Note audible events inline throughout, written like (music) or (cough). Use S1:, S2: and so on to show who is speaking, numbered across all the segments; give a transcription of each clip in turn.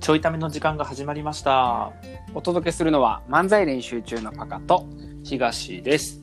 S1: ちょいための時間が始まりました。
S2: お届けするのは漫才練習中のパカと
S1: 東です。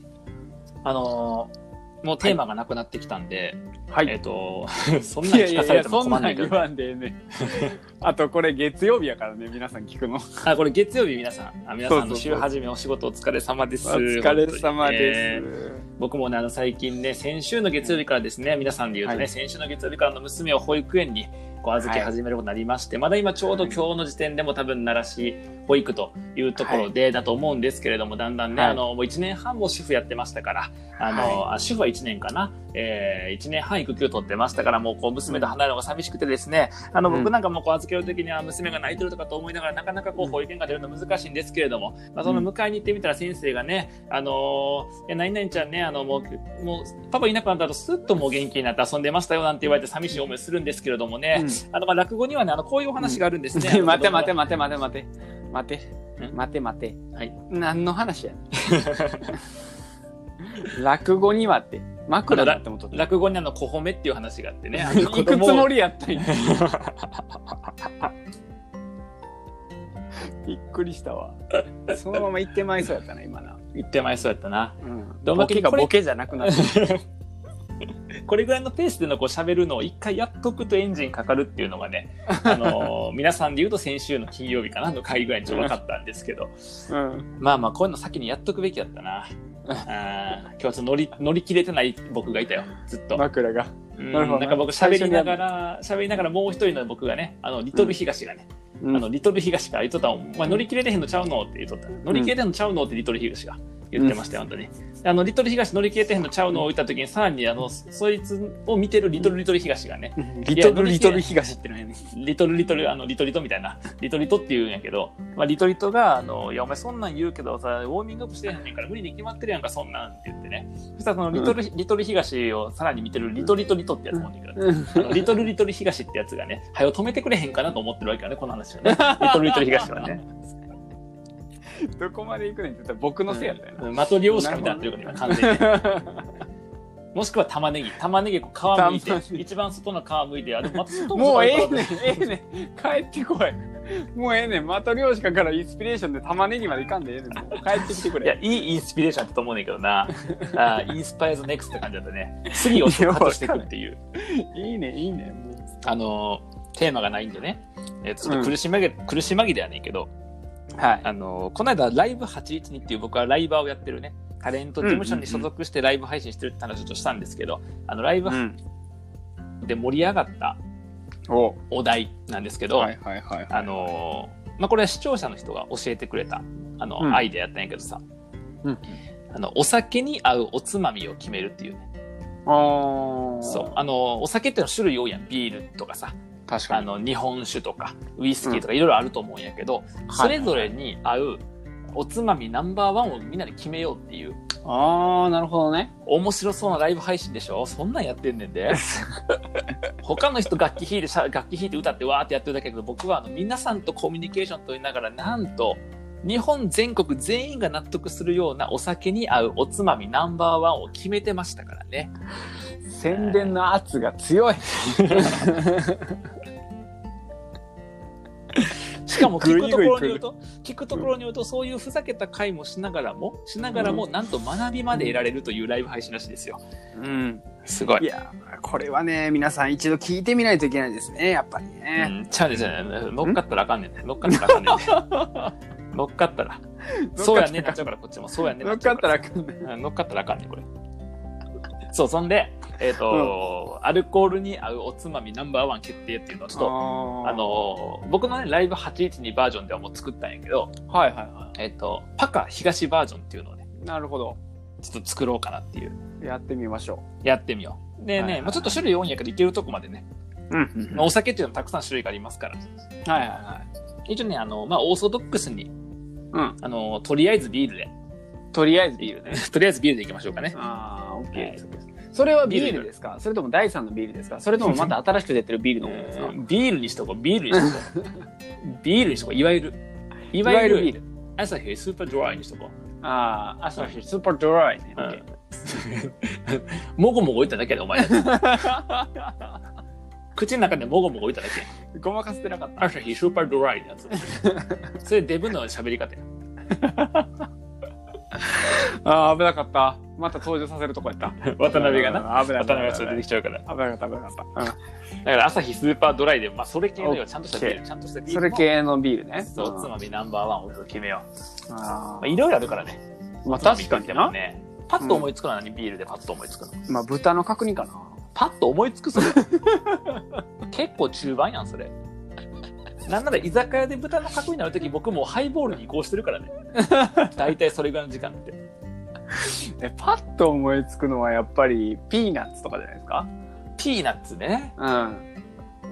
S1: あのーもうテーマがなくなってきたんで、
S2: は
S1: えっ、と、 (laughs) そん
S2: い
S1: なん
S2: やい
S1: 聞
S2: や
S1: か
S2: い
S1: され
S2: や
S1: ても
S2: そん
S1: 困
S2: なん
S1: んないけ
S2: 言
S1: ど。
S2: わんでええね (laughs) あとこれ月曜日やからね皆さん聞くの
S1: あ、これ月曜日皆さん、あ皆さんあの
S2: そうそうそう
S1: 週始めお仕事お疲れ様です。
S2: お疲れ様
S1: 本
S2: で
S1: 当にね
S2: す、
S1: 僕もね、あの最近ね、先週の月曜日からですね、皆さんで言うとね、
S2: はい
S1: 先週の月曜日からの娘を保育園にこう預け
S2: はい
S1: 始めることになりまして、まだ今ちょうど今日の時点でも多分奈良市保育というところでだと思うんですけれども、だんだんね、
S2: はい
S1: あのもう1年半も主婦やってましたから、あの、あ主婦は1年かな、え1年半育休取ってましたから、もうこう娘と離れるのが寂しくてですね、あの
S2: うん
S1: 僕なんかもこう預ける時には娘が泣いてるとかと思いながら、なかなかこう保育園が出るの難しいんですけれども、まあ、その迎えに行ってみたら先生がね、あのーいや何々ちゃんね、あのもうもうパパいなくなった後すっともう元気になって遊んでましたよなんて言われて寂しい思いするんですけれどもね、あのまあ落語にはね、あのこういうお話があるんですね。
S2: ね待て
S1: あの
S2: 待て待て待て待て待て
S1: ん
S2: 待て待て、
S1: はい、
S2: 何の話やねん落語にはって枕だってもとって
S1: 落語にあの小褒めっていう話があってね、あの
S2: (laughs) 行くつも
S1: り
S2: りやったん (laughs) やびっくりしたわそのまま行ってまいそうやったな今な、
S1: 言ってまいそうやったな。
S2: うん、
S1: どんだ
S2: ボ
S1: け
S2: ケが
S1: これ
S2: ボケじゃなくなって
S1: これぐらいのペースでのこう喋るのを一回やっとくとエンジンかかるっていうのが
S2: (laughs)
S1: ね、あのー皆さんで言うと先週の金曜日かなの回ぐらいにちょっと分かったんですけど、
S2: うん、
S1: まあまあこういうの先にやっとくべきだったな。あー今日はちょっと乗り乗り切れてない僕がいたよずっと、
S2: 枕が。
S1: うん
S2: なるほどね
S1: んか僕喋りながら喋りながらもう一人の僕がねあのリトル東がね、あのリトル東から言っとったのお前乗り切れてへんのちゃうの?」って言っとった「乗り切れてへんのちゃうの?」ってリトル東が言ってましたよ、本当にあのリトル東乗り切れてへんのちゃうのを言った時にさらにあのそいつを見てるリトルリトル東がね
S2: リトルリトル東ってなんやねん。
S1: リトルリトルあのリトリトみたいな (laughs) リトリトって言うんやけど、まあ、リトリトがあの「いやお前そんなん言うけどさウォーミングアップしてへんねんから無理に決まってるやんかそんなん」って言ってねそしたらそのリトル,、リトル東をさらに見てるリトリトリトってやつもんねんけど、あのリトルリトル東ってやつがね「はよ止めてくれへんかな」と思ってるわけよねこの話は
S2: (laughs)
S1: ねリトルリトル東はね
S2: どこまで行くねんって言ったら僕のせいやったよ
S1: うんマトリオーシカみたいになってるから今完全
S2: (laughs)
S1: に。
S2: な。
S1: もしくは玉ねぎ玉ねぎこう皮むい
S2: 玉ね
S1: て一番外の皮むいてあでもまた外の
S2: もうええ
S1: 外の
S2: ねん、ええねん。帰ってこい。もうええねん。また漁師かからインスピレーションで玉ねぎまでいかんでええねん。もう帰ってきてく
S1: いや、い
S2: れ。
S1: いインスピレーションだったと思うねんだけどな。あーインスパイアズネクストって感じだったね。次をカットしていくっていう。
S2: いいね、いいね。も
S1: あのー、テーマがないんでね。えーちょっと苦し紛れ、苦し紛れやねんけど、
S2: うはい。
S1: あのー、この間ライブ812っていう僕はライバーをやってるね、タレント事務所に所属してライブ配信してるって話をちょっとしたんですけど、あの、ライブ
S2: ん。
S1: で盛り上がった
S2: お
S1: お題なんですけど、
S2: はいはいはいはい。
S1: あ、のーまあ、これは視聴者の人が教えてくれたあの、
S2: うん
S1: アイデアやったんやけどさ、
S2: うん
S1: あのお酒に合うおつまみを決めるっていうね
S2: あー
S1: そう。あのお酒っての種類多いやんビールとかさ
S2: 確か
S1: あ
S2: に。
S1: の日本酒とかウイスキーとかいろいろあると思うんやけど、
S2: はい
S1: それぞれに合うおつまみナンバーワンをみんなで決めようっていう
S2: ああ、なるほどね。
S1: 面白そうなライブ配信でしょそんなんやってんねん
S2: (laughs)
S1: で他の人楽器弾いてしゃ楽器弾いて歌ってわーってやってるだけやけど僕はあの皆さんとコミュニケーション取りながらなんと日本全国全員が納得するようなお酒に合うおつまみナンバーワンを決めてましたからね
S2: 宣伝の圧が強い。
S1: し
S2: (laughs)
S1: かも聞くところに
S2: ぐい
S1: よ
S2: ぐい来
S1: る
S2: る
S1: と聞くところによるとそういうふざけた回もしながらもしながらもなんと学びまで得られるというライブ配信らしいですよ
S2: (laughs) うん。
S1: すごい
S2: いやー、これはね、皆さん一度聞いてみないといけないですね、やっぱり
S1: う
S2: ね。
S1: ん、ちゃうねちゃうね乗っかったらあかんねんね乗っかったらあかんね
S2: (laughs)
S1: んね乗っかったらそうやねんなっちゃうからこっちもそうやねん
S2: 乗
S1: な
S2: っ
S1: ちゃ
S2: か
S1: う
S2: った
S1: から
S2: あかんね。
S1: うん乗っかったらあかんねんこれそうそんでえっ、と、アルコールに合うおつまみナンバーワン決定っていうのをちょっとあ
S2: あー、
S1: のー僕のねライブ812バージョンではもう作ったんやけど
S2: はいはいは
S1: えっ、とパカ東バージョンっていうのをね
S2: い。なるほど。
S1: ちょっと作ろうかなっていう
S2: やってみましょ
S1: やってみようでね、
S2: はいはいはい
S1: まあ、ちょっと種類多いんやけどいけるとこまでね、
S2: う。うん
S1: まあお酒っていうのもたくさん種類がありますから
S2: はいはいはい。
S1: 一応ねあの、まあ、オーソドックスに
S2: うん。
S1: あのとりあえずビールで (laughs)
S2: とりあえずビールね。
S1: とりあえずビールでいきましょうかね
S2: ああ、オッケ
S1: は
S2: ー
S1: い
S2: です。それはビールですかそれとも第三のビールですかそれともまた (laughs) 新しく出てるビールの方ですか
S1: えービールにしとこうビールにし (laughs) とこうビールにしとこういわゆるい
S2: いわゆるビー
S1: ル
S2: ル。
S1: 朝日スーパードライにしと (laughs) こ
S2: ああ、あ、そうスーパードライね。
S1: う、
S2: オ
S1: う
S2: ッケ
S1: ん (laughs) もごもご言っただけやでお前
S2: ー
S1: 口の中でもごもごいただけ。
S2: ごまかせてなかった。
S1: ある日、スーパードライのやつ。それデブの喋り方や。
S2: ああ、危なかった。また登場させるとこやった。
S1: (laughs) 渡辺がな。
S2: な。危な
S1: 渡辺が
S2: い危ない
S1: ちょっと
S2: 危な
S1: 出
S2: い。
S1: てきちゃうから。
S2: 危なかった危なかった。
S1: だから朝日スーパードライで、まあそれ系のよ、ちゃんとしたビール、ちゃんとした
S2: う
S1: ビ
S2: ん、
S1: ール。
S2: それ。系のビールね。
S1: そう、つまみナンバーワンを決めよう。
S2: うんあ
S1: まあいろいろあるからね。
S2: ーまあ確かにな。
S1: ね。パッと思いつくのは何ビールでパッと思いつくの。
S2: まあ豚の角煮かな。
S1: パッと思いつくそれ結構中盤やんそれなんなら居酒屋で豚の角になる時僕もうハイボールに移行してるからね大体それぐらいの時間って
S2: え、パッと思いつくのはやっぱりピーナッツとかじゃないですか。
S1: ピーナッツね、
S2: うん。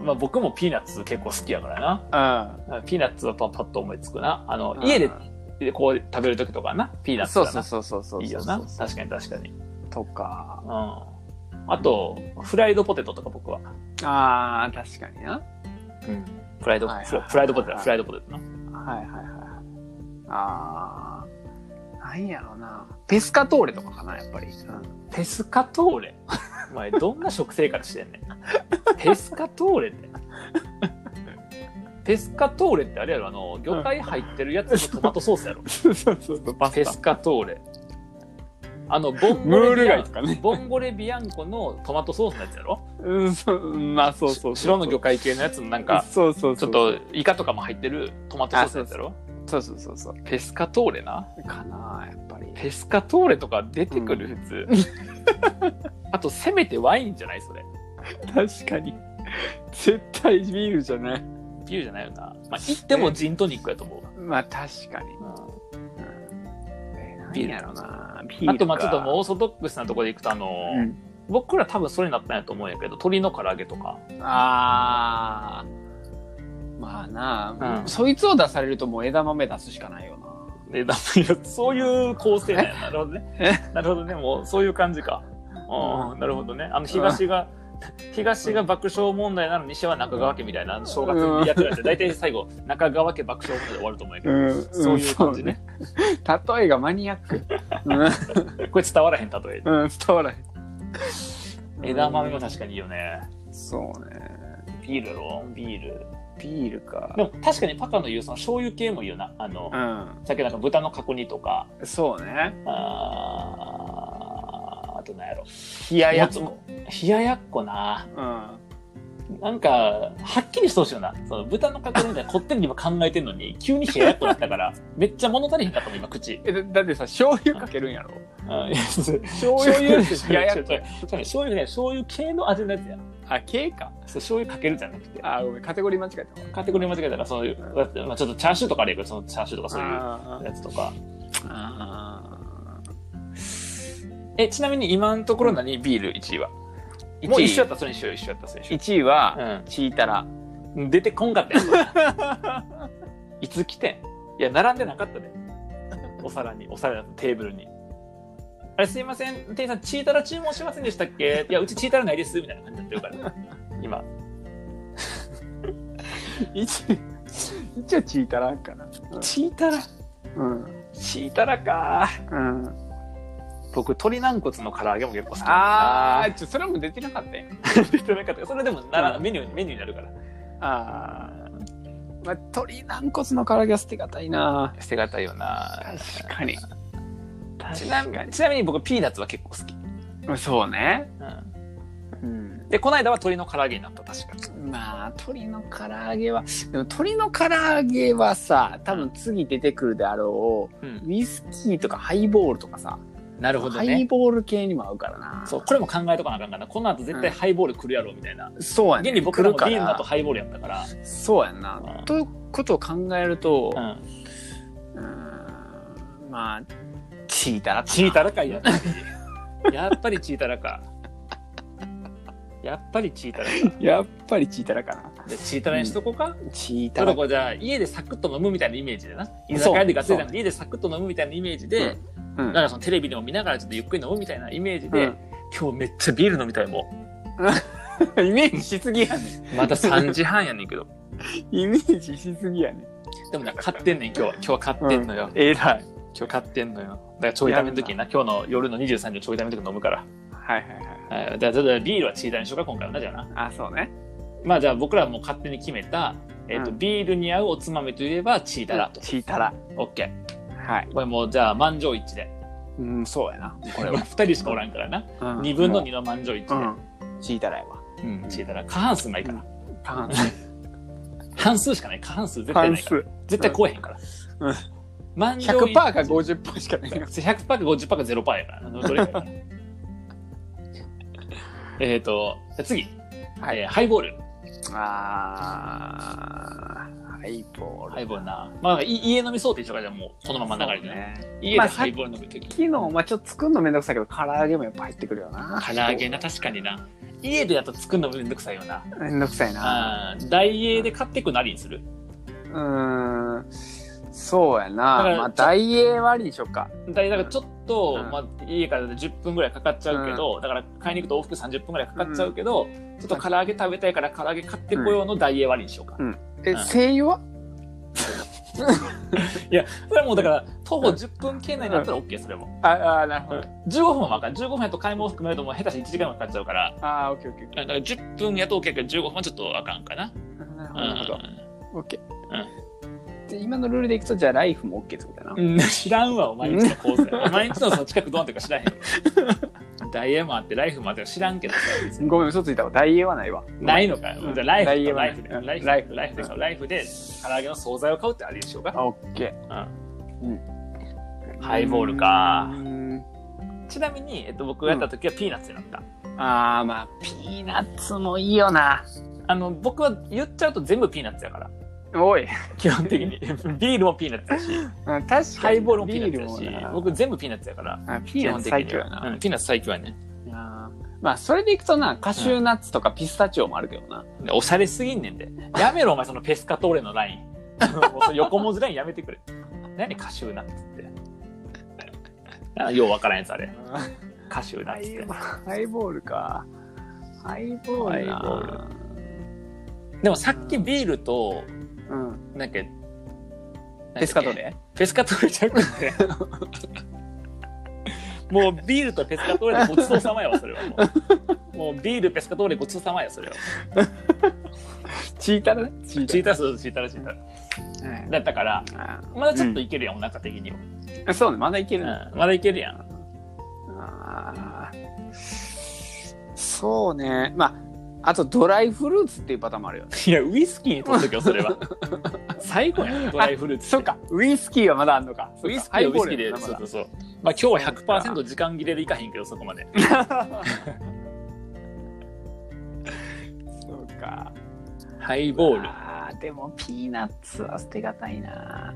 S1: まあ、僕もピーナッツ結構好きやからな
S2: う
S1: ピーナッツはパパッと思いつくなあの
S2: ん。
S1: 家でこう食べる時とかなピーナッツ
S2: そう
S1: がな
S2: そうそうそうそう。
S1: いいよな確かに確かにうん
S2: とか。
S1: あとフライドポテトとか僕は、
S2: ああ、確かにな。
S1: フライド
S2: はいはい
S1: フラフライドポテトだ
S2: はい
S1: フライドポテトな
S2: はいはいはい。ああ、なんやろうな。ペスカトーレとかかな、やっぱり。
S1: ペスカトーレお前どんな食生活してんねんペスカトーレってペスカトーレってあれやろあの魚介入ってるやつのトマトソースやろ
S2: そうそうそう、パ
S1: ペス。カトーレあのボン
S2: ム
S1: ゴ
S2: ール
S1: レビア
S2: 貝
S1: ン
S2: とかね。
S1: ボンゴレビアンコのトマトソースのやつやろ
S2: うん、そう、まあそうそうそう。
S1: 白の魚介系のやつのなんか
S2: そうそう
S1: ち
S2: そ
S1: ょ
S2: う。
S1: っとイカとかも入ってるトマトソースのやつやろ
S2: そうそうそうそう。
S1: ペスカトーレな
S2: かな、やっぱり。
S1: ペスカトーレとか出てくる普通、あとせめてワインじゃないそれ
S2: 確かに。絶対ビールじゃない。
S1: ビールじゃないよな。まあ、行ってもジントニックやと思うわ。
S2: まあ確かに。えー
S1: ビール
S2: なんやろな。ビ
S1: あと、まあ、ちょっともう
S2: う。
S1: オーソドックスなところで行くと、あのー
S2: ん、
S1: 僕ら多分それになったんやと思うんやけど、鶏の唐揚げとか。
S2: ああ。まあな、
S1: うん
S2: そいつを出されるともう枝豆出すしかないよな。
S1: でだそういう構成なんや。なるほどね。なるほどね。もう、そういう感じか。う、
S2: うん
S1: なるほどね。あの、東が、東が爆笑問題なのに西は中川家みたいな正月にやってるやつ、大体最後、中川家爆笑問題で終わると思うんやけど、
S2: ん、
S1: そういう感じね。
S2: そうね。例えがマニアッ (laughs) ク。
S1: これ伝わらへん、例え。
S2: うん、うん伝わらへん。
S1: 枝豆も確かにいいよね。
S2: そうね。
S1: ビールやろビール。
S2: ビールか
S1: で。も確かにパパの言うその醤油系もいいよな。あの、
S2: うん。
S1: さっきなんか豚の角煮とか、
S2: そうね。
S1: あーあと何やろ。
S2: 冷ややっ
S1: も
S2: こ。
S1: つ冷ややっこな。
S2: うん。
S1: なんか、はっきりしてほしいよな。その豚の角煮みたいなこってり今考えてんのに、急に冷ややっこだった
S2: (laughs)
S1: から、めっちゃ物足りへんかったもん、今、口。
S2: え、だだってさ、醤油かけるんやろ。
S1: うんいやそう (laughs)
S2: 醤
S1: 醤油
S2: 油
S1: で
S2: 冷ややっ
S1: (laughs)
S2: こ。
S1: 醤油ね、醤油系の味のやつや。
S2: あ、系か。
S1: そう醤油かけるじゃなくて。
S2: あ、ごめん、カテゴリー間違えたわ。
S1: カテゴリー間違えたら、そういう、
S2: うん
S1: だってまあ、ちょっとチャーシューとかあるやけど、そのチャーシューとかそういう
S2: あ
S1: やつとか。
S2: ーあ
S1: え、ちなみに今のところ何、ビール1位は
S2: 位
S1: もう一緒やった、それにしよう、一緒やった、それにし
S2: ー。
S1: よ
S2: 1位は
S1: う。、うん。
S2: チータラ。
S1: 出てこんかったや (laughs) んいつ来てんいや並んでなかったねお皿にお皿のテーブルにあれすいません店員さんチータラ注文しませんでしたっけいやうちチータラないですみたいな感じになってるから今 (laughs)
S2: 一一応チータラかな。
S1: チータラ
S2: うん。
S1: チータラか
S2: うん。
S1: 僕鶏軟骨の唐揚げも結構好きなんだな
S2: ああ、ちょ、それも出てなかったやん。
S1: 出てなかったそれでもなら
S2: うん
S1: メニューメニューになるから
S2: あーまあ、鳥軟骨の唐揚げは捨てがたいな。
S1: 捨てがたいよな
S2: 確かに。
S1: ちなみにちなみに僕ピーナッツは結構好き、
S2: そうね。
S1: うん、
S2: うん。
S1: でこの間は鶏の唐揚げになった確か
S2: まあ、鳥の唐揚げは、でも鳥の唐揚げはさ、多分次出てくるであろ
S1: う
S2: う、
S1: ん
S2: ウイスキーとかハイボールとかさ、
S1: なるほど
S2: ハ
S1: ね
S2: イボール系にも合うからな。
S1: そう、これも考えとかなあかんからな。この後絶対ハイボール来るやろ、みたいな。
S2: そうやね。
S1: 現に僕らも
S2: 来
S1: ビ
S2: るから
S1: ールだとハイボールやったから。
S2: そうやんな。
S1: うん
S2: ということを考えると、う
S1: うん。
S2: ーん、まあ、チ
S1: (laughs)
S2: ータラかな
S1: チータラか、やっぱ
S2: (laughs)
S1: り。やっぱりチータラか。やっぱりチータラか。
S2: やっぱりチータラかな。
S1: でチータラにしとこうか。
S2: チー
S1: た
S2: タ
S1: だ
S2: ラ
S1: こうじゃあ、家でサクッと飲むみたいなイメージでな。
S2: う
S1: 居酒屋でガッツリじゃなくて、家でサクッと飲むみたいなイメージで、
S2: う
S1: なん
S2: ん
S1: かそのテレビでも見ながらちょっとゆっくり飲むみたいなイメージで、
S2: うん
S1: 今日めっちゃビール飲みたいもん。
S2: (laughs) イメージしすぎやね
S1: (laughs) また3時半やねんけど。
S2: イメージしすぎやね
S1: でもな、買ってんねん、今日は。今日は買ってんのよ。
S2: えらい。
S1: 今日買ってんのよ。だからちょいための時にな、今日の夜の23時のちょいための時に飲むから。
S2: はいはいはい。
S1: はい、だからだからビールはチーターにしようか、今回はな、じゃあな。
S2: あ、そうね。
S1: まあじゃあ僕らも勝手に決めた、えっと
S2: うん
S1: ビールに合うおつまみといえばチータラと。
S2: チータラ。
S1: オッケー
S2: はい。
S1: これもうじゃあ満場一 (laughs) 致で。
S2: うん、そうやな。これ
S1: 2
S2: は。
S1: 人しかおらんからな。
S2: うん
S1: 2分の2の満場一
S2: う
S1: 致
S2: ん。チータラやわ。
S1: で。うん、チータラ。過半数ないから。(laughs)
S2: 関
S1: 半数しかない。過半数絶対
S2: 関
S1: ないから。
S2: 数。
S1: 絶対来えへんから
S2: うん。
S1: 満場
S2: 100%
S1: 一
S2: か50%しかないから。
S1: 100%か50%か0%やからな。どれかやからえっと、じゃあ次。
S2: はい
S1: えーハイボール。
S2: あー、ハイボール。
S1: ハイボールな。まあ、い家飲み想定一緒からじゃあもうこのまま流れて
S2: そう
S1: ね。
S2: ね。
S1: 家で
S2: まあ
S1: ハイボール飲むとき。
S2: 昨日、まあちょっと作るのめんどくさいけど、唐揚げもやっぱ入ってくるよな。
S1: 唐揚げな、確かにな。家でやったら作るのめんどくさいよな。
S2: めんどくさいな。
S1: あーダイエーで買ってくなりにする。
S2: うーん。そうやな。
S1: だから
S2: まあ、大英割りにしよっか。
S1: だだからちょっと、
S2: うん
S1: まあ、家から10分ぐらいかかっちゃうけど、だから買いに行くと往復30分ぐらいかかっちゃうけど、ちょっと唐揚げ食べたいから唐揚げ買ってこようのダイエー割りにしようか。
S2: え、
S1: うん
S2: 声優はい
S1: や、それはもうだから徒歩10分圏内だったら OK、それも。
S2: ああー、なるほど。
S1: 15分は分かる。15分やと買い物含めるともう下手して1時間もかかっちゃうから、
S2: ああ、オッケーオッケーオッケ
S1: だから10分やと OK やけど15分はちょっとあかんかな。
S2: ー。なるほ
S1: う
S2: どなるほど。
S1: ん。
S2: オッケー。で、今のルールでいくと、じゃあ、ライフもオッケーってことだな。
S1: うん知らんわ、お前んちの構成。お前んちのその近くどうなってるか知 (laughs) らへんよ。ダイエーもあって、ライフもあって、知らんけどさ。別に
S2: ごめん、嘘ついたわ。大英はないわ。
S1: ないのかよ。
S2: うん
S1: じゃあライフと
S2: ダ
S1: ラ
S2: イエ
S1: イ
S2: ー
S1: フで。
S2: はね
S1: ライフ、ラ
S2: ラ
S1: イ
S2: イ
S1: フ
S2: フ
S1: ライフでライフで、唐揚げの惣菜を買うってあれでしょうか。
S2: あオッケー。
S1: ハイボールか
S2: うーん。
S1: ちなみに、えっと、僕がやった時はピーナッツになった。
S2: ああ、まあ、ピーナッツもいいよな。
S1: あの、僕は言っちゃうと全部ピーナッツや
S2: (laughs)
S1: から。
S2: おい。
S1: 基本的に。ビールもピーナッツだし、
S2: うん確かに。
S1: ハイボールもピーナッツ
S2: ビ
S1: だ
S2: ール
S1: し、
S2: もな
S1: 僕全部ピーナッツやから。
S2: あピーナッツ
S1: 基本
S2: 最
S1: 的に
S2: 強や
S1: は
S2: な。
S1: うん、ピーナッツ最強やね。
S2: いやーまあ、それでいくとな、カシューナッツとかピスタチオもあるけどな。
S1: でおしゃれすぎんねんで。やめろ、お前、そのペスカトーレのライン。 (laughs) もうその横文字ラインやめてくれ。何カシューナッツって。あようわからんやつあれ。カシューナ
S2: ハ
S1: ッツっ
S2: イ
S1: て
S2: ボ。ハイボールか。ハイボールな。
S1: ハイボーでもさっきビールと、
S2: うん。
S1: なんか、
S2: ペスカトーレ
S1: ペスカトーレちゃうく (laughs) て。もうビールとペスカトーレのごちそうさまやわ、それはもう。もうビール、ペスカトーレごちそうさまや、そ (laughs) れは。
S2: チータラね。チ
S1: チータス、チータラ、チータラ。
S2: タラ。
S1: だったから、
S2: あ
S1: まだちょっといけるやん、お腹的にも。
S2: ーそうね、まだいけ
S1: う
S2: る
S1: ん
S2: な。
S1: まだいけるやん。
S2: あーそうね。まあ、あとドライフルーツっていうパターンもあるよね。
S1: いや、ウイスキーにとっとけよ、それは。最後やん、ドライフルーツ。
S2: そう。か、ウイスキーはまだあんのか。
S1: ウイスキ
S2: ハイ
S1: ーは
S2: ボ
S1: ウイスキーで
S2: ルや、なま
S1: そう
S2: だ
S1: そうそう。まあ今日は100%時間切れでいかへんけど、そこまで。
S2: そうか。
S1: ハイボール。
S2: あーでもピーナッツは捨てがたいな。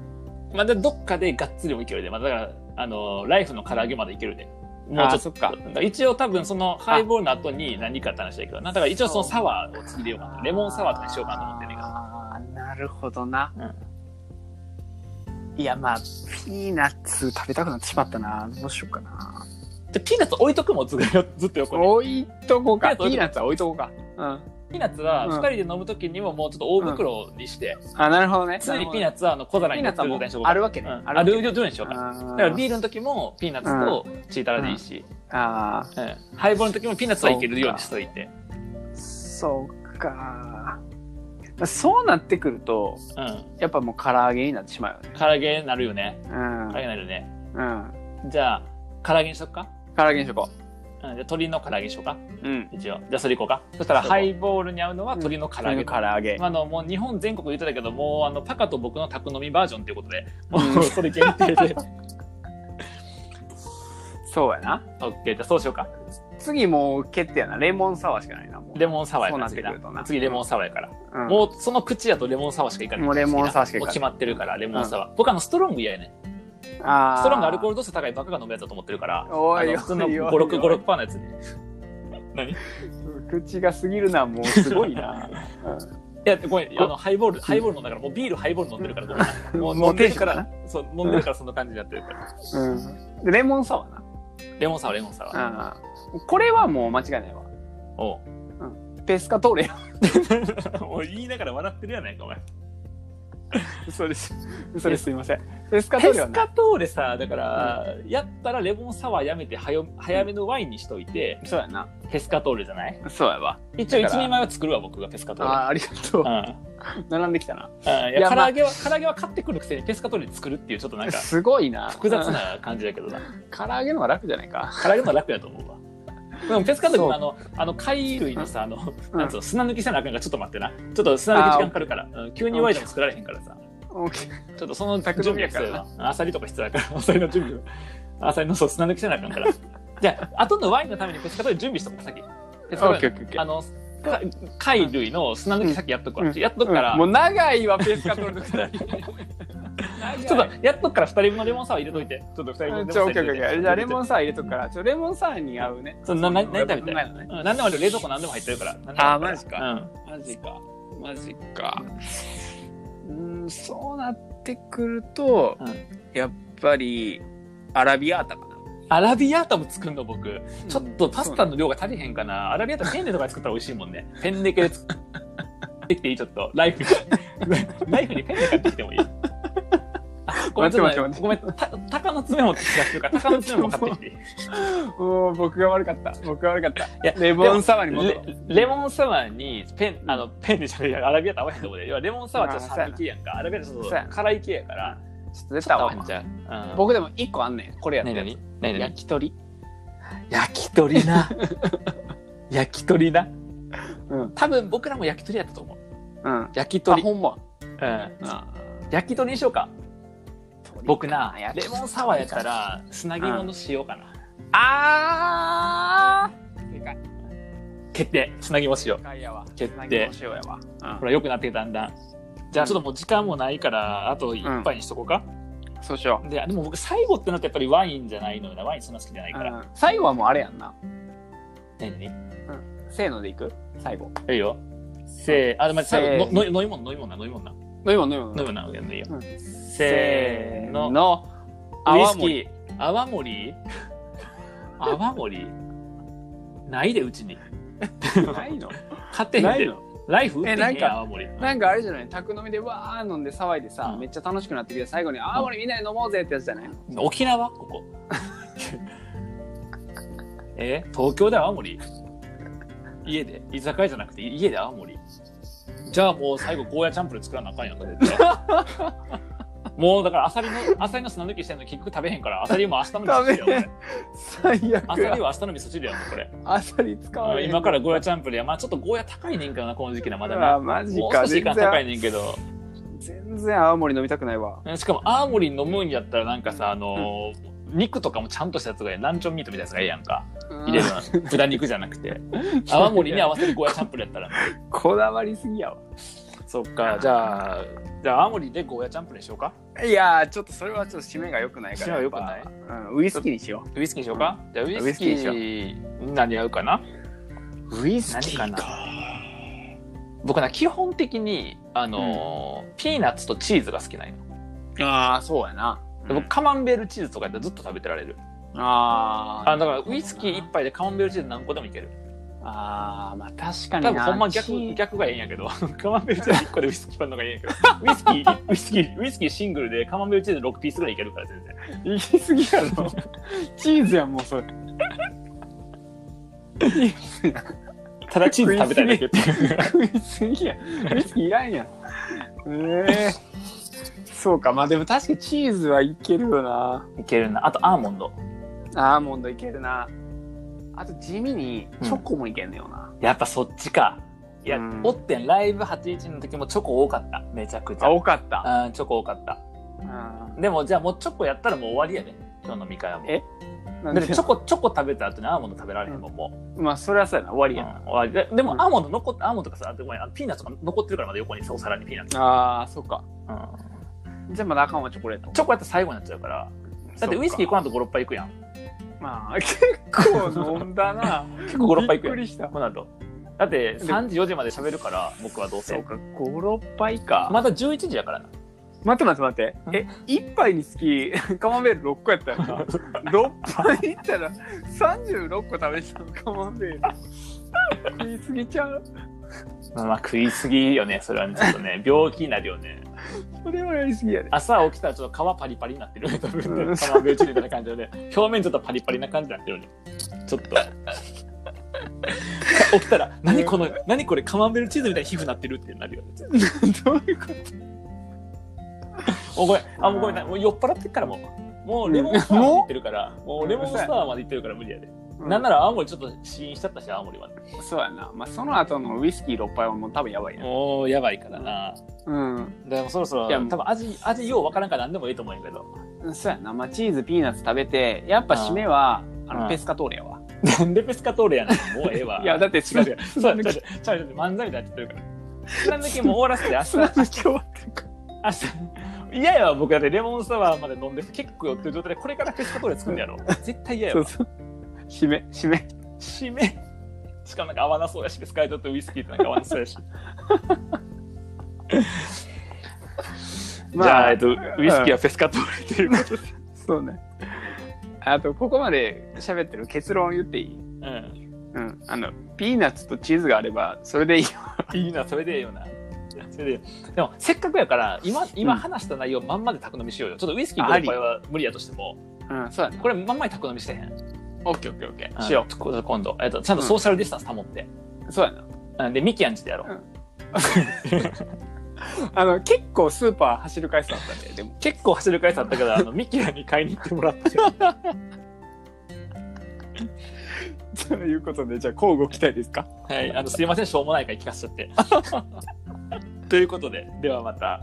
S1: まあでどっかでがっつりもいけるで。まあだから、あの、ライフの唐揚げまでいけるで。もう
S2: あ
S1: ち
S2: ー
S1: ょっ
S2: そ
S1: と。
S2: っか。
S1: だから一応多分そのハイボールの後に何かって話だけどな。だから一応そのサワーを次入れようかな。レモンサワーとかにしようかなと思ってんねんけど。
S2: ああ、なるほどな。
S1: うん
S2: いや、まあ、ピーナッツ食べたくなってしまったな。どうしようかな。
S1: で、ピーナッツ置いとくもん、ずっとずっと横に。
S2: 置いとこうか。
S1: ピ
S2: ピ
S1: ー
S2: ー
S1: ナ
S2: ナッツは置いとこうか。うん。
S1: ピーナッツは
S2: うん
S1: 二人で飲むときにももうちょっと大袋にして、
S2: あ、なるほどね。
S1: 常にピーナ
S2: ッ
S1: ッツはあの小皿に
S2: ピーナッツは
S1: 乗
S2: も
S1: ってる状態にしよう
S2: う
S1: かな
S2: あるわけね。
S1: うん、あ
S2: ある
S1: る
S2: わけね。
S1: 状態にしようかな。
S2: だ
S1: だからビールの時もピーナッツとチータラでいいし、
S2: ああ、
S1: うんハイボールの時もピーナッツはいけるようにしといて。
S2: そうか。そうなってくると、
S1: うん。
S2: やっぱもう唐揚げになってしまうよね。
S1: 唐揚げなるよね。
S2: うん
S1: 唐揚。げなるよね。
S2: うん。
S1: じゃあ、唐揚げにしとくか
S2: 唐揚げにしとこ
S1: うん、じゃあ鶏の唐揚げにしようか
S2: う。うん。
S1: 一応。じゃあ、それいこうか。そしたら、
S2: そう
S1: ハイボールに合うのは鶏の唐揚げ。
S2: 唐揚げ。
S1: まあ、あの、もう日本全国言ってたけど、もう、あの、パカと僕の宅飲みバージョンということで、も
S2: う
S1: う、
S2: ん
S1: それ限
S2: (laughs)
S1: 定で。
S2: そうやな。
S1: オッケー、じゃあ、そうしようか。
S2: 次もう決定やな。レモンサワーしかないな。もう
S1: レモンサワーやから
S2: そうなってくるとな
S1: 次レモンサワーやから。
S2: うん
S1: もう、その口やとレモンサワーしかいかない。
S2: もうレモンサワーしかいかない
S1: もう決まってるから、レモンサワー。僕、あの、ストロング嫌やね。
S2: あ
S1: ストロングアルコー
S2: ー
S1: ル度数高いバカが飲むやつだと思ってるから、
S2: お
S1: あ
S2: いお
S1: の
S2: いおいおい
S1: 普通の5、6、5、6パーの
S2: (laughs)
S1: やつに。何
S2: ル口が過ぎるなもうすごい (laughs) な
S1: いや、ごめん、あの、ハイボール、ハイボール飲んだから、もうビール、ハイボール飲んでるから、ごめんな。もう
S2: もう
S1: 飲んでるか
S2: テン
S1: ら、そう、飲んでるからそんな感じになってる
S2: (laughs)
S1: から。
S2: うんでレモンサワー
S1: レモンサワー、レモンサワー。
S2: なうんこれはもう間違いないわ
S1: おう
S2: ペスカトーレや (laughs)
S1: (laughs) もう言いながら笑ってるやないか、お前。
S2: 嘘です。嘘です。すいません。ペスカト
S1: ペ
S2: ーレは
S1: ス
S2: ない。
S1: カトーレさだから、やったらレモンサワーやめて早早めのワインにしといて、
S2: そうやな。
S1: ペスカトーレじゃない
S2: そうやわ。
S1: 一応
S2: だ
S1: 一
S2: から
S1: 人前は作るわ僕がペスカト
S2: あ
S1: ー
S2: あ、ありがとう
S1: レ。うん
S2: 並んできた
S1: う
S2: な。
S1: んい
S2: い
S1: や
S2: や
S1: 唐
S2: まあ
S1: 揚げは唐揚げは買ってくるくせにペスカトーレで作るっていうちょっとなんか
S2: すごいな。
S1: 複雑な感じだけどな
S2: 唐揚げの方が楽じゃないか。
S1: 唐揚げも楽やと思うわでもペスカトーレ
S2: そう
S1: もあのあの貝類のさあの、
S2: うん
S1: なんつうの砂抜きせなあかんからちょっと待ってなちょっと砂抜き時間かかるから、うん急に言われても作られへんからさ
S2: オッケ
S1: ちょっとその準
S2: 宅
S1: 備
S2: 飲み
S1: が必
S2: やか
S1: 要や
S2: らな
S1: なアサリとか必要だからアサリの準備アサリのそう砂抜きせなあかんからじゃあ後のワインのためにペスカトーレ準備しとこう先ペス
S2: ー。
S1: カ
S2: (laughs) オ
S1: ト
S2: ッケ
S1: ー
S2: ーオッケーオッケ
S1: レあ
S2: ー。
S1: のか貝類の砂抜き先やっとくわ、
S2: うん
S1: やっとくから、
S2: うんもう長いわ、ペスカトーレのく
S1: (laughs)
S2: だり。
S1: ちょっとやっとくから2人分のレモンサワー入れといて。ちょっと2人分のレモン
S2: ち
S1: サ
S2: ょ、
S1: ワ
S2: オッ
S1: ー
S2: ケー
S1: 入
S2: オッ
S1: れ
S2: ケ
S1: とい
S2: ー。
S1: て。
S2: じゃあ、レモン
S1: ン
S2: サワー入れとくから、ちょ、レモンサワーに合うね。
S1: そうなな何食べたい
S2: この前のね
S1: 何でもある冷蔵庫何でも入ってるから。何でも入ってるから
S2: あーマジか。マジか。マジか。うーん、そうなってくると、
S1: うん
S2: やっぱり、アラビアータかな。
S1: うんアラビアータも作るの僕。ちょっとパスタ
S2: の。
S1: の量が足りへんかな。アラビアータペンネとかで作ったら美味しいもん (laughs) ね。ペンネ系で作ってきていいちょっと。ライフに。 (laughs) ライフにペンネ買ってきてもいい。あごめん、ちょっと待ってごめん、た鷹の爪も気がするから、鷹の爪も買ってきていい。
S2: もう僕が悪かった。僕が悪かった。
S1: や
S2: レモンサワーに戻ろ
S1: レレモンサワーにペンあのペンでじゃないアラビアータ合わへんと思うで要はレモンサワーちょっと酸味系やんかアラビアータちょっ
S2: そうや
S1: と
S2: な
S1: 辛い系やから
S2: う。ちょっと出
S1: ちょ
S2: た
S1: っと合わ
S2: わ
S1: へ。んちゃう、うん、
S2: 僕でも一個あんねん。これやった
S1: 何
S2: やつ
S1: 何何
S2: 焼
S1: 何
S2: き鳥。
S1: 焼き鳥 (laughs) な焼き鳥な、
S2: うん
S1: 多分僕らも焼き鳥やったと思う
S2: うん。
S1: 焼き
S2: あ、
S1: 鳥、
S2: ほんま。
S1: うん、
S2: あ
S1: 焼き鳥にしようか
S2: ー
S1: 僕な
S2: 焼き
S1: レ
S2: 鳥
S1: モンサワーやったら砂肝の塩かな、
S2: あーでかい。
S1: 決定砂肝塩
S2: でかいやわ。
S1: 決定
S2: つなぎの塩やわ。
S1: ほら良くなってきただんだんじゃあちょっともう時間もないからあと一杯にしとこうか、
S2: うん。そうしよ。
S1: ででも僕最後ってなってやっぱりワインじゃないのよなワインそんな好きじゃないう
S2: う
S1: から、
S2: ん最後はもうあれやんな。
S1: 何何
S2: せーのでいく最後。
S1: いいよせーあでも最
S2: せ
S1: 後
S2: ー
S1: のの飲み物飲み物な飲み物な
S2: 飲み物飲み
S1: 飲み物
S2: 物。
S1: ないいよ、
S2: うん
S1: せーの
S2: の。
S1: ウイ
S2: 泡
S1: スキ
S2: 盛。
S1: ー泡盛泡盛ないでうちに
S2: ないの
S1: 勝てへん
S2: ない
S1: で
S2: の
S1: ライフ売ってへん
S2: えなん
S1: やん
S2: か
S1: 泡盛
S2: なんかあれじゃない宅飲みでわー飲んで騒いでさ、
S1: うん
S2: めっちゃ楽しくなってきて最後に「あー俺みんなで飲もうぜ」ってやつじゃないの
S1: 沖縄こ (laughs) こえ東京で泡盛家で居酒屋じゃなくて家で泡盛じゃあもう最後ゴーヤチャンプルー作らなあかんやんか絶対もうだからアサリのアサリの砂抜きしてんのに結局食べへんからアサリも明日の味噌汁や俺
S2: 最悪
S1: アサリは明日の味噌汁やもんこれ
S2: あさり使わ
S1: う
S2: れ
S1: ん
S2: へん
S1: 今からゴーヤチャンプルーやまあちょっとゴーヤ高いねんからなこの時期なまだ
S2: うわ
S1: な
S2: マジ
S1: もう
S2: か
S1: 少し時間
S2: 全
S1: 高い
S2: 然
S1: ねんけど
S2: 全然青森飲みたくないわ
S1: しかも青森飲むんやったらなんかさあのー肉とかもちゃんとしたやつがいいランチョンミートみたいなやつがいいやんか入れるの豚肉じゃなく
S2: (laughs)
S1: て青森に合わせるゴーヤチャンプルーやったら
S2: こだわりすぎやわ
S1: そっかじゃあじゃあ青森でゴーヤチャンプルーにしようか
S2: いやーちょっとそれはちょっと締めが良くないから
S1: 締めは良くない
S2: やっぱうんウイスキーにしよ
S1: ウイスキーにしようか、じゃあウイスキ
S2: ウイスキー
S1: ー何合うかな
S2: うウイ
S1: スキーか
S2: 何か
S1: 僕な基本的にあのー、ピーナッツとチーズが好きなんよ
S2: なああそうやな
S1: で僕カマンベールチーズとかやったらずっと食べてられる
S2: あー
S1: あだからウイスキー一杯でカマンベールチーズ何個でもいける
S2: あーまあ確かに
S1: 多
S2: な
S1: 分ほんま逆
S2: チー
S1: 逆がええんやけど (laughs) カマンベールチーズ1個でウイスキーパンのがええん
S2: (laughs)
S1: やけどウイスキーウイスキーウイスキーシングルでカマンベールチーズ6ピースぐらいいけるから全然
S2: 行き過ぎやろチーズやんもうそれ
S1: ただチーズ食べたいだけっていう
S2: (laughs) 食い過ぎやウイスキーいらんやんええそうかまあでも確かにチーズはいけるよない
S1: けるなあとアーモンド
S2: アーモンドいけるなあと地味にチョコもいけんのよな、
S1: やっぱそっちかいや、
S2: うん
S1: おってんライブ81の時もチョコ多かっためちゃくちゃ
S2: かった
S1: あチョコ多かった
S2: うん
S1: でもじゃあもうチョコやったらもう終わりやで今日のみ会はもう
S2: え
S1: だ
S2: なん
S1: って
S2: で
S1: チョコチョコ食べた後にアーモンド食べられへんもんもう
S2: まあそれはそうやな終わりやな、
S1: うん終わりででも、
S2: うん
S1: アーモンド残ってアーモンドとかさごめんあのピーナッツとか残ってるからまだ横にそうさらにピーナッツ、
S2: ああそうか
S1: うん
S2: じゃあまだあかんわチョコレート
S1: チョコやったら最後になっちゃうからだってウイスキーこの後56杯いくやん
S2: まあ結構飲んだ (laughs) な
S1: 結構56杯いくや
S2: びっく
S1: ん
S2: りした
S1: この後だって3時4時まで喋るから僕はどう
S2: そ
S1: せ
S2: うか56杯か
S1: まだ11時やからな
S2: 待って待って待って。え、一杯につき、 (laughs) カマンベール6個やったよな。6杯いったら36個食べてたの、カマンベール。食いすぎちゃう。
S1: まあまあ食いすぎよねそれはねちょっと (laughs) ね病気になるよね
S2: それはやりすぎやね。
S1: 朝起きたらちょっと皮パリパリになってる
S2: ん
S1: 卵ベチみたいな感じで、ね、表面ちょっとパリパリな感じになってるよねち (laughs) ょっと起きたら「何この何これカマンベールチーズみたいな皮膚なってる」ってなるよね
S2: どういうこと
S1: おごめんあもうごめんなもう酔っ払ってっからもうもうレモンスターまでいってるからもうレモンスターまでいってるから無理やで、なんなら青森ちょっと死因しちゃったし青森は
S2: そうやな。まあ、その後のウイスキー6杯はもう多分やばいや
S1: もうやばいからな
S2: うん。
S1: でもそろそろ
S2: いや
S1: 多分味味ようわからんから何でもいいと思うんやけど
S2: そうやな。まあ、チーズ、ピーナッツ食べて、やっぱ締めは、あ
S1: うん
S2: の、ペスカトーレやわ。
S1: なんでペスカトーレやねんもうええわ
S2: いや、だって
S1: 違う
S2: 違
S1: 違
S2: う
S1: う。そう違う違う違う違う漫才みたいになっちゃってるから砂抜きもう終わらせて明日
S2: 砂抜き終わってか。
S1: 明日嫌やわ僕だってレモンサワーまで飲んで結構酔ってる状態でこれからペスカトーレ作るんやろ絶対嫌や
S2: そ
S1: わ
S2: うそう。締め、締め。
S1: 締めしかもなんか合わなそうやしスカイドとウイスキーってなんか合わなそうやし
S2: ま
S1: じゃあ、えっと、ウイスキー
S2: は。
S1: はペスカトーレということで。
S2: そうね。あと、ここまで喋ってる結論言っていい
S1: うん。
S2: うん。あの、ピーナッツとチーズがあれば、それでいいよ。
S1: いいな、それでええよな。それででも、せっかくやから、今、今話した内容、まんまで宅飲みしようよ。ちょっとウイスキーの場合は無理やとしても、
S2: うん、そうだね。
S1: これ、まんまに宅飲みしてへん。
S2: オッケーオッケーオッケー。
S1: し
S2: しよ
S1: よう。今度、えっと、ちゃんとソーシャルディスタンス保って。
S2: う。そうやな。
S1: うん、で、ミキアンチでやろう。
S2: あの、結構スーパー走る回数あったんで、でも。
S1: 結構走る回数あったから、あの、ミキアンに買いに行ってもらって。
S2: ということで、じゃあ、交互期待ですか
S1: (laughs) はい。あの、すいません、しょうもないから聞かせちゃって。ということで、ではまた。